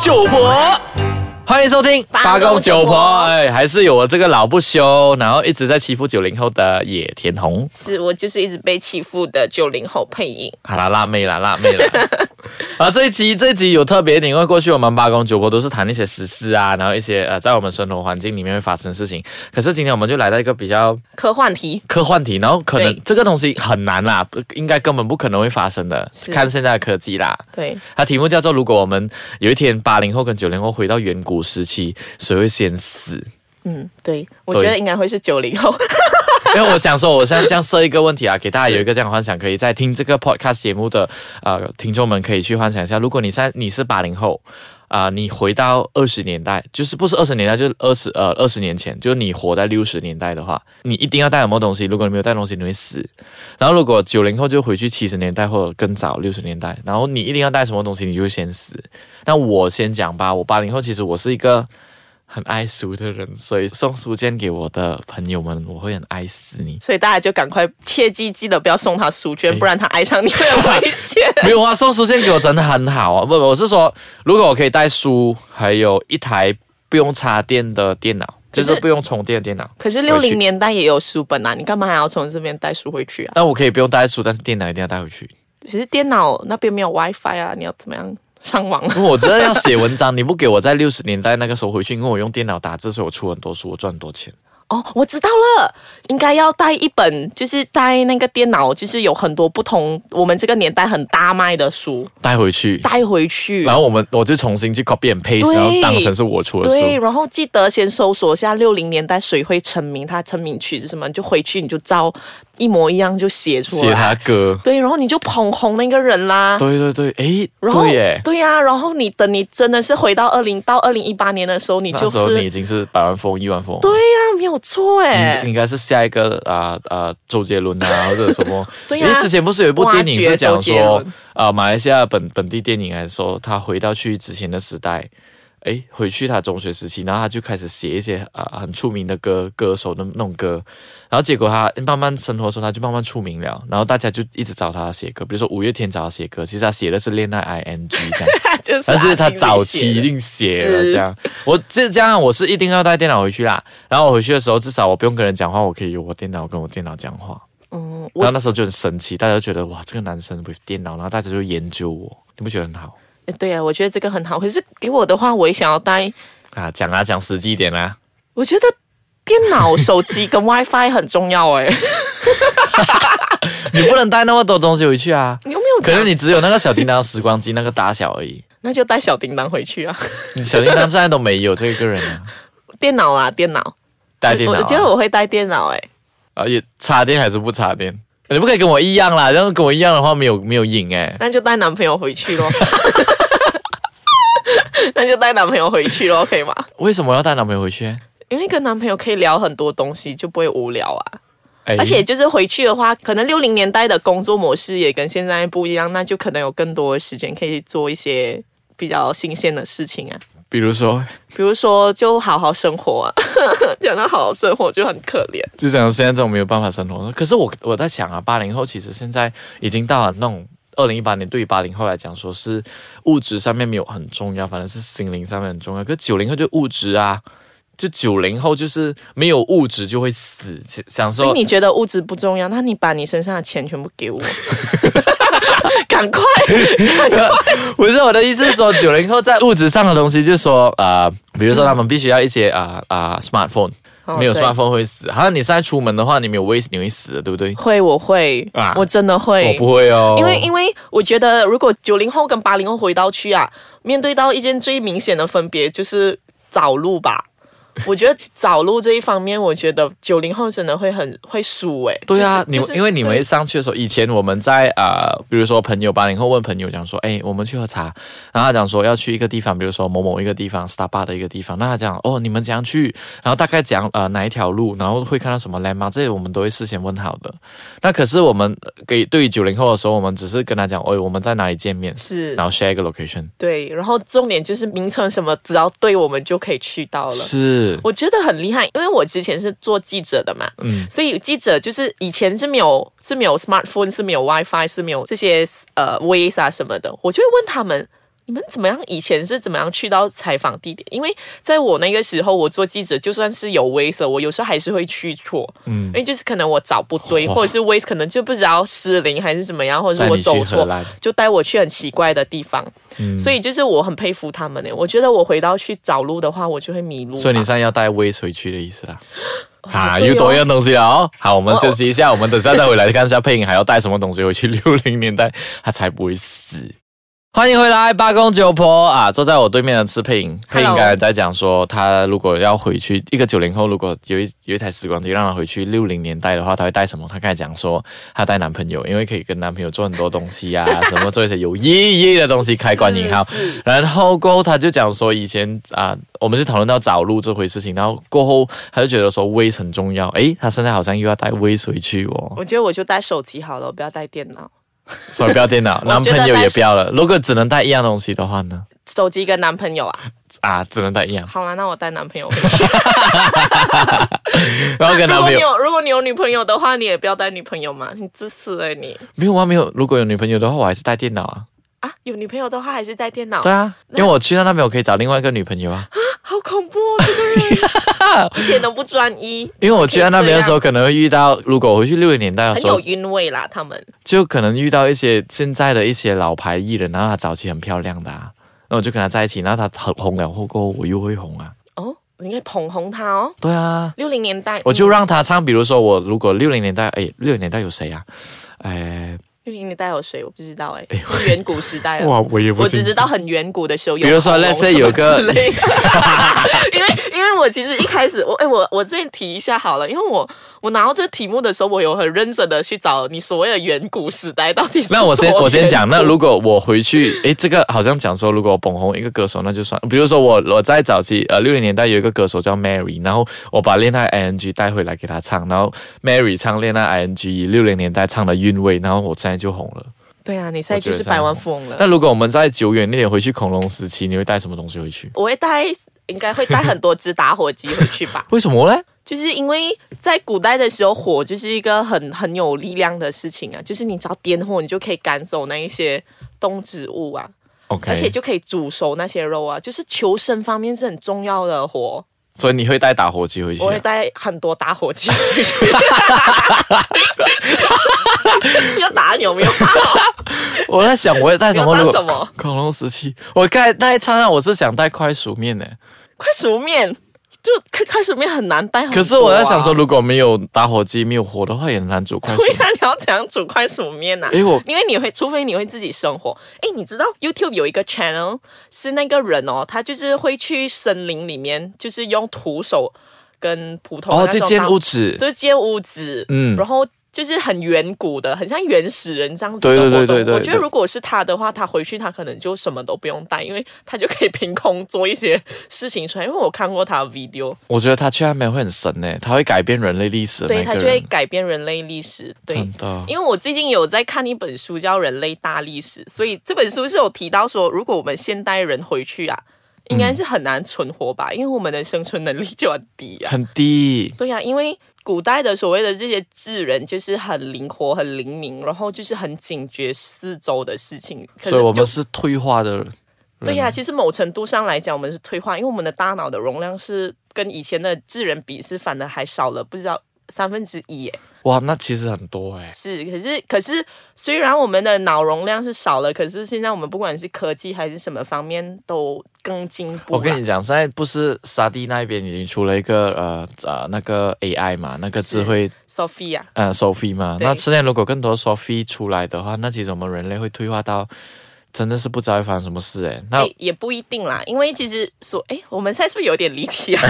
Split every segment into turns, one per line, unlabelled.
九婆。欢迎收听
八公九婆
哎，还是有我这个老不休，然后一直在欺负九零后的野田红，
是我就是一直被欺负的九零后配音，
好啦，辣妹啦，辣妹 啦。啊，这一集这一集有特别一点，因为过去我们八公九婆都是谈一些时事啊，然后一些呃，在我们生活环境里面会发生的事情。可是今天我们就来到一个比较
科幻题。
科幻题，然后可能
对
这个东西很难啦，不应该根本不可能会发生的，
是
看现在的科技啦。
对，
它题目叫做：如果我们有一天八零后跟九零后回到远古时期，谁会先死？
嗯，对，我
对
觉得应该会是九零后。
因为我想说，我现在这样设一个问题啊，给大家
是
有一个这样的幻想，可以在听这个 podcast 节目的呃听众们可以去幻想一下，如果你现在你是八零后。啊、你回到二十年代，就是不是二十年代，就是二十呃二十年前，就是你活在六十年代的话，你一定要带什么东西？如果你没有带东西，你会死。然后如果九零后就回去七十年代或者更早六十年代，然后你一定要带什么东西，你就会先死。那我先讲吧，我八零后其实我是一个很爱书的人，所以送书件给我的朋友们，我会很爱死你。
所以大家就赶快切记，记得不要送他书
哎
卷，不然他爱上你会有 危险。
没有啊，送书件给我真的很好啊！不，我是说，如果我可以带书，还有一台不用插电的电脑，就
可是
是不用充电的电脑。
可是六
回去
零年代也有书本啊，你干嘛还要从这边带书回去啊？
但我可以不用带书，但是电脑一定要带回去，
其实电脑那边没有 WiFi 啊，你要怎么样上网？啊
因为我真的要写文章。你不给我在六十年代那个时候回去，因为我用电脑打字，所以我出很多书，我赚很多钱。
哦，我知道了，应该要带一本，就是带那个电脑，就是有很多不同我们这个年代很大卖的书
带回 去，
带回去。
然后我们我就重新去 copy and paste，
对
然后当成是我出的
对，
书。
然后记得先搜索下六零年代谁会成名，他成名曲是什么，你就回去你就照一模一样就写出
写他
来。
歌，
对，然后你就捧红那个人啦。
对对对，诶，
然后
对耶，
呀、然后你等你真的是回到二零到二零一八年的时候，你
那
就
时候
是
你已经是百万富翁、亿万富翁了。
对呀、没有错哎
你。应该是下一个啊啊、周杰伦啊或者什么。
对
因为
呀、
之前不是有一部电影是讲
挖掘周杰
说
伦
啊、马来西亚本本地电影来说，他回到去之前的时代，诶，回去他中学时期，然后他就开始写一些啊、很出名的歌歌手的那种歌，然后结果他慢慢生活的时候，他就慢慢出名了，然后大家就一直找他写歌，比如说五月天找他写歌，其实他写的是恋爱 I N G 这样。
就是
但是
阿
他
信
早
自己写
期
的
一定写了
是
这样，我这这样我是一定要带电脑回去啦。然后我回去的时候，至少我不用跟人讲话，我可以有我电脑跟我电脑讲话。
嗯，
然后
我
那时候就很神奇，大家都觉得哇，这个男生会电脑，然后大家就研究我，你不觉得很好
呃对啊呀、我觉得这个很好。可是给我的话，我也想要带。
啊？讲啊讲实际一点 啦、
我觉得电脑、手机跟 WiFi 很重要哎、
你不能带那么多东西回去啊。
你有没有
可
讲？
是你只有那个小叮当时光机那个大小而已，
那就带小叮当回去啊，
你小叮当现在都没有这个人啊，
电脑啊，电脑。
带电脑、
我
啊。
我觉得我会带电脑哎、
啊，也插电还是不插电？你不可以跟我一样啦，这样跟我一样的话没有没有瘾哎、
那就带男朋友回去 咯。那就带男朋友回去咯，可以吗？
为什么要带男朋友回去？
因为跟男朋友可以聊很多东西，就不会无聊啊。
哎
而且就是回去的话，可能六零年代的工作模式也跟现在不一样，那就可能有更多的时间可以做一些比较新鲜的事情啊。
比如说，
比如说，就好好生活啊， 讲到好好生活就很可怜。
就讲现在这种没有办法生活。可是我我在想啊，八零后其实现在已经到了那种二零一八年，对于八零后来讲，说是物质上面没有很重要，反正是心灵上面很重要。可九零后就物质啊，就九零后就是没有物质就会死，想
所以
说
你觉得物质不重要，那你把你身上的钱全部给 我，赶快！
不是我的意思是说，九零后在物质上的东西，就是说呃，比如说他们必须要一些啊啊、smartphone，
哦
没有
对
smartphone 会死。好像你现在出门的话，你没有 waste 你会死的，对不对？
会，我会，
啊
我真的会。
我不会哦，
因为因为我觉得，如果九零后跟八零后回到去啊，面对到一件最明显的分别就是找路吧。我觉得找路这一方面，我觉得九零后真的会很会输诶、
对啊，
就是
你
就
们
是
因为你们
对
一上去的时候，以前我们在啊、呃比如说朋友八零后问朋友讲说，哎，我们去喝茶，然后他讲说要去一个地方，比如说某某一个地方 Starbucks 的一个地方，那他讲哦，你们怎样去，然后大概讲呃哪一条路，然后会看到什么 landmark，这些我们都会事先问好的。那可是我们呃给对于九零后的时候，我们只是跟他讲，哦，我们在哪里见面，
是
然后 share 一个 location，
对，然后重点就是名称什么，只要对我们就可以去到了。
是，
我觉得很厉害，因为我之前是做记者的嘛，
嗯，
所以记者就是以前是没有是没有 smartphone，是没有 WiFi，是没有这些呃 Waze 啊什么的，我就会问他们。你们怎么样？以前是怎么样去到采访地点？因为在我那个时候，我做记者，就算是有 Waze，了我有时候还是会去错，嗯，因为就是可能我找不对，
哇
或者是 Waze 可能就不知道失灵还是怎么样，或者
带
是我
你去
走
荷
错，
兰，
就带我去很奇怪的地方，
嗯
所以就是我很佩服他们呢。我觉得我回到去找路的话，我就会迷路吧。
所以你现在要带微回去的意思啦。 啊，
对哦
又多一样东西了哦。好，我们休息一下，我们等下再回来看一下配音还要带什么东西回去。六零年代 他才不会死。欢迎回来，八公九婆啊！坐在我对面的是配音，配音
Hello
刚才在讲说，他如果要回去，一个九零后如果有一有一台时光机让他回去六零年代的话，他会带什么？他刚才讲说，他带男朋友，因为可以跟男朋友做很多东西啊，什么做一些有意义的东 西，开关引号。
是是
然后过后他就讲说，以前啊、我们就讨论到找路这回事情，然后过后他就觉得说 Waze 很重要，诶，他现在好像又要带 Waze 回去哦，
我觉得我就带手机好了，我不要带电脑。
所以不要电脑，
我
男
觉得
朋友
带
也不要了。如果只能带一样东西的话呢？
手机跟男朋友啊，
啊，只能带一样，
好啦，那我带男朋友 回去。
然后跟
如
男
果
朋
你
友
有如果你有女朋友的话，你也不要带女朋友嘛，你自私哎、你
没有啊，没有。如果有女朋友的话，我还是带电脑啊。
啊！有女朋友的话还是带电脑，
对啊，因为我去到那边，我可以找另外一个女朋友啊。
好恐怖哦，这个 人一点都不专一，
因为我去到那边的时候，可能会遇到，如果我回去六零年代的
啊很
时候
有，韵味啦，他们。
就可能遇到一些现在的一些老牌艺人，然后她早期很漂亮的、啊，然后我就跟她在一起，然后她很红了后过后，我又会红啊。
哦，你应该捧红他哦。
对啊，
六零年代，嗯
我就让她唱，比如说我如果六零年代，哎，六零年代有谁啊？哎，
六零年代有谁？我不知道哎、是远古时代哦了。
哇，我也
我只知道很远古的时候有，
比如说 let's say 有个
因 为因为我其实一开始我哎、我我这边提一下好了，因为我我拿到这个题目的时候，我有很认真的去找你所谓的远古时代到底是
那我先
多
我先
远
讲，那
古
如果我回去，诶，这个好像讲说，如果我捧红一个歌手，那就算。比如说我我在早期呃六零年代有一个歌手叫 Mary，然后我把《恋爱 ING》带回来给他唱，然后 Mary 唱《恋爱 ING》以六零年代唱的韵味，然后我现在就红了。
对啊，你现在
我觉
就
得
是
这样
百万
好
富翁了。
那如果我们再久远一点回去恐龙时期，你会带什么东西回去？，
我会带，应该会带很多只打火机回去吧
为什么呢？
就是因为在古代的时候，火就是一个很很有力量的事情啊，就是你只要点火，你就可以赶走那一些动植物啊
OK，
而且就可以煮熟那些肉啊，就是求生方面是很重要的活。
所以你会带打火机回去、
我会
啊？
带很多打火机 回去，这个答案有没 有办法？
我在想我会带什么？
你
如
要带
果
什么
恐恐龙时期，我刚才那一刹那我是想带快熟面 呢、
快熟面，就快快熟面很难带很多啊、
可是我在想说，如果没有打火机、没有火的话，也很难煮快熟
对。啊呀、你要怎样煮快熟 面呐、啊？
诶我
因为你会，除非你会自己生火。哎，你知道 YouTube 有一个 channel 是那个人哦，他就是会去森林里面，就是用徒手跟普通
哦，
那
这
种
间
刀
屋子，
就是建屋子，
嗯
然后就是很远古的，很像原始人这样子的
对对对
活动
对对对
我觉得如果是他的话，他回去他可能就什么都不用带，因为他就可以凭空做一些事情出来。因为我看过他的 video，
我觉得他去那边会很神呢，他会改变人类历史的
对
那
他
个
就会
人。嗯
改变人类历史，对。
真的，
因为我最近有在看一本书叫《人类大历史》，所以这本书是有提到说，如果我们现代人回去啊，应该是很难存活吧，因为我们的生存能力就很低啊。
很低，
对呀、因为古代的所谓的这些智人，就是很灵活、很灵敏，然后就是很警觉四周的事情。可是
所以我
就
们是嗯退化的人。
对呀、其实某程度上来讲，我们是退化，因为我们的大脑的容量是跟以前的智人比，是反而还少了，不知道。三分之一耶，
哇，那其实很多哎。
是，可是可是，虽然我们的脑容量是少了，可是现在我们不管是科技还是什么方面都更进步
我
了。
跟你讲，现在不是沙地那边已经出了一个呃呃那个 AI 嘛，那个智慧
Sophia，
呃 Sophie 嘛。
对
那现在如果更多 Sophie 出来的话，那其实我们人类会退化到真的是不知道会发生什么事哎。那
诶也不一定啦，因为其实所哎，我们现在是不是有点离题啊？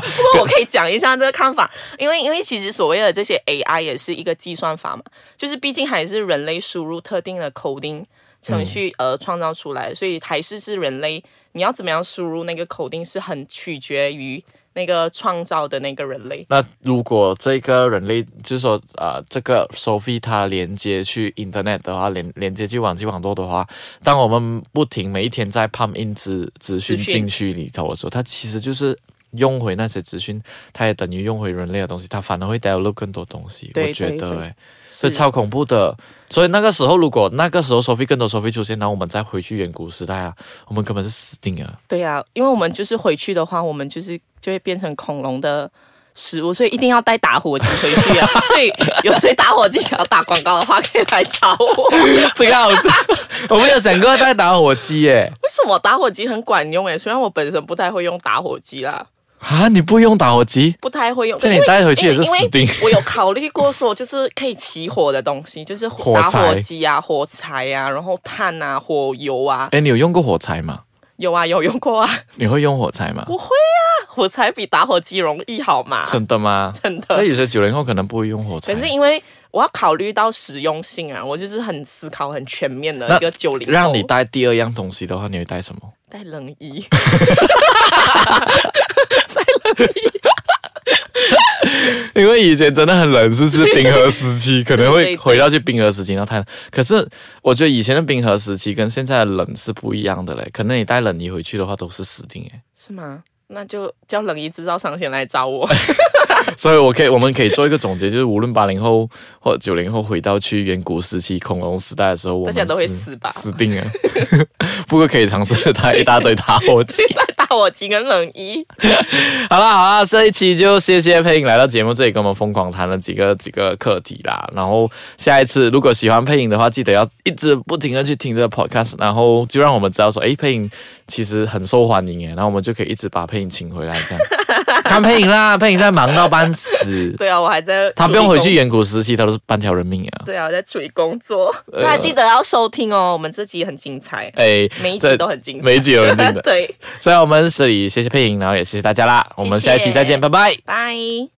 不过我可以讲一下这个看法，因为因为其实所谓的这些 AI 也是一个计算法嘛，就是毕竟还是人类输入特定的 coding 程序而创造出来，所以还是是人类你要怎么样输入那个 coding 是很取决于那个创造的那个人类。
那如果这个人类就是说啊、呃这个 Sophie 它连接去 Internet 的话，连连接去网际网络的话，当我们不停每一天在 pump in 资资讯
资讯
进去里头的时候，它其实就是用回那些资讯，它也等于用回人类的东西，它反而会 develop 更多东西。
对
我觉得
对对
诶，所以超恐怖的。所以那个时候，如果那个时候收费更多收费出现，然后我们再回去远古时代啊，我们根本是死定了。
对呀、因为我们就是回去的话，我们就是就会变成恐龙的食物，所以一定要带打火机回去啊。 所以有谁打火机想要打广告的话，可以来找我。 为
这个好笑， 我没有想过在打火机哎耶。
什么打火机很管用诶？欸虽然我本身不太会用打火机啦，
啊，你不用打火机，
不太会用，
这你带回去也是
因为
死定。
我有考虑过说，就是可以起火的东西，就是
火
打火
柴
机啊、火柴啊，然后炭啊、火油啊，
哎，你有用过火柴吗？
有啊，有用过啊。
你会用火柴吗？
不会啊，火柴比打火机容易好吗？
真的 吗？
真的
那有些九零后可能不会用火柴
可。是因为我要考虑到实用性啊，我就是很思考很全面的
那
一个九零后。
让你带第二样东西的话，你会带什么？
带冷衣，
因为以前真的很冷，是不是冰河时期，可能
对
会
对
回到去冰河时期，然后太冷。可是我觉得以前的冰河时期跟现在的冷是不一样的嘞。可能你带冷衣回去的话，都是死定哎。
是吗？那就叫冷衣制造商先来找我。
所以我可以，我们可以做一个总结，就是无论八零后或九零后回到去远古时期、恐龙时代的时候，我们
大家都会
是
死吧
死定了。 不过可以尝试带一大堆打火机。
带打火机跟冷衣，
好啦好啦，这一期就谢谢佩影来到节目这里跟我们疯狂谈了几个几个课题啦。然后下一次如果喜欢佩影的话，记得要一直不停的去听这个 podcast，然后就让我们知道说，诶，佩影其实很受欢迎耶，然后我们就可以一直把佩影请回来这样。看佩影啦，佩影在忙到半死。
对啊，我还在。
他不用回去。远古时期，他都是半条人命啊！
对啊，我在处理工作，大家记得要收听哦。我们这集很精彩，
哎，
每一集
这
都很精彩，
每一集有人听的。
对，
所以我们这里谢谢佩影，然后也谢谢大家啦，我们
谢谢
下一期再见，拜拜。
拜。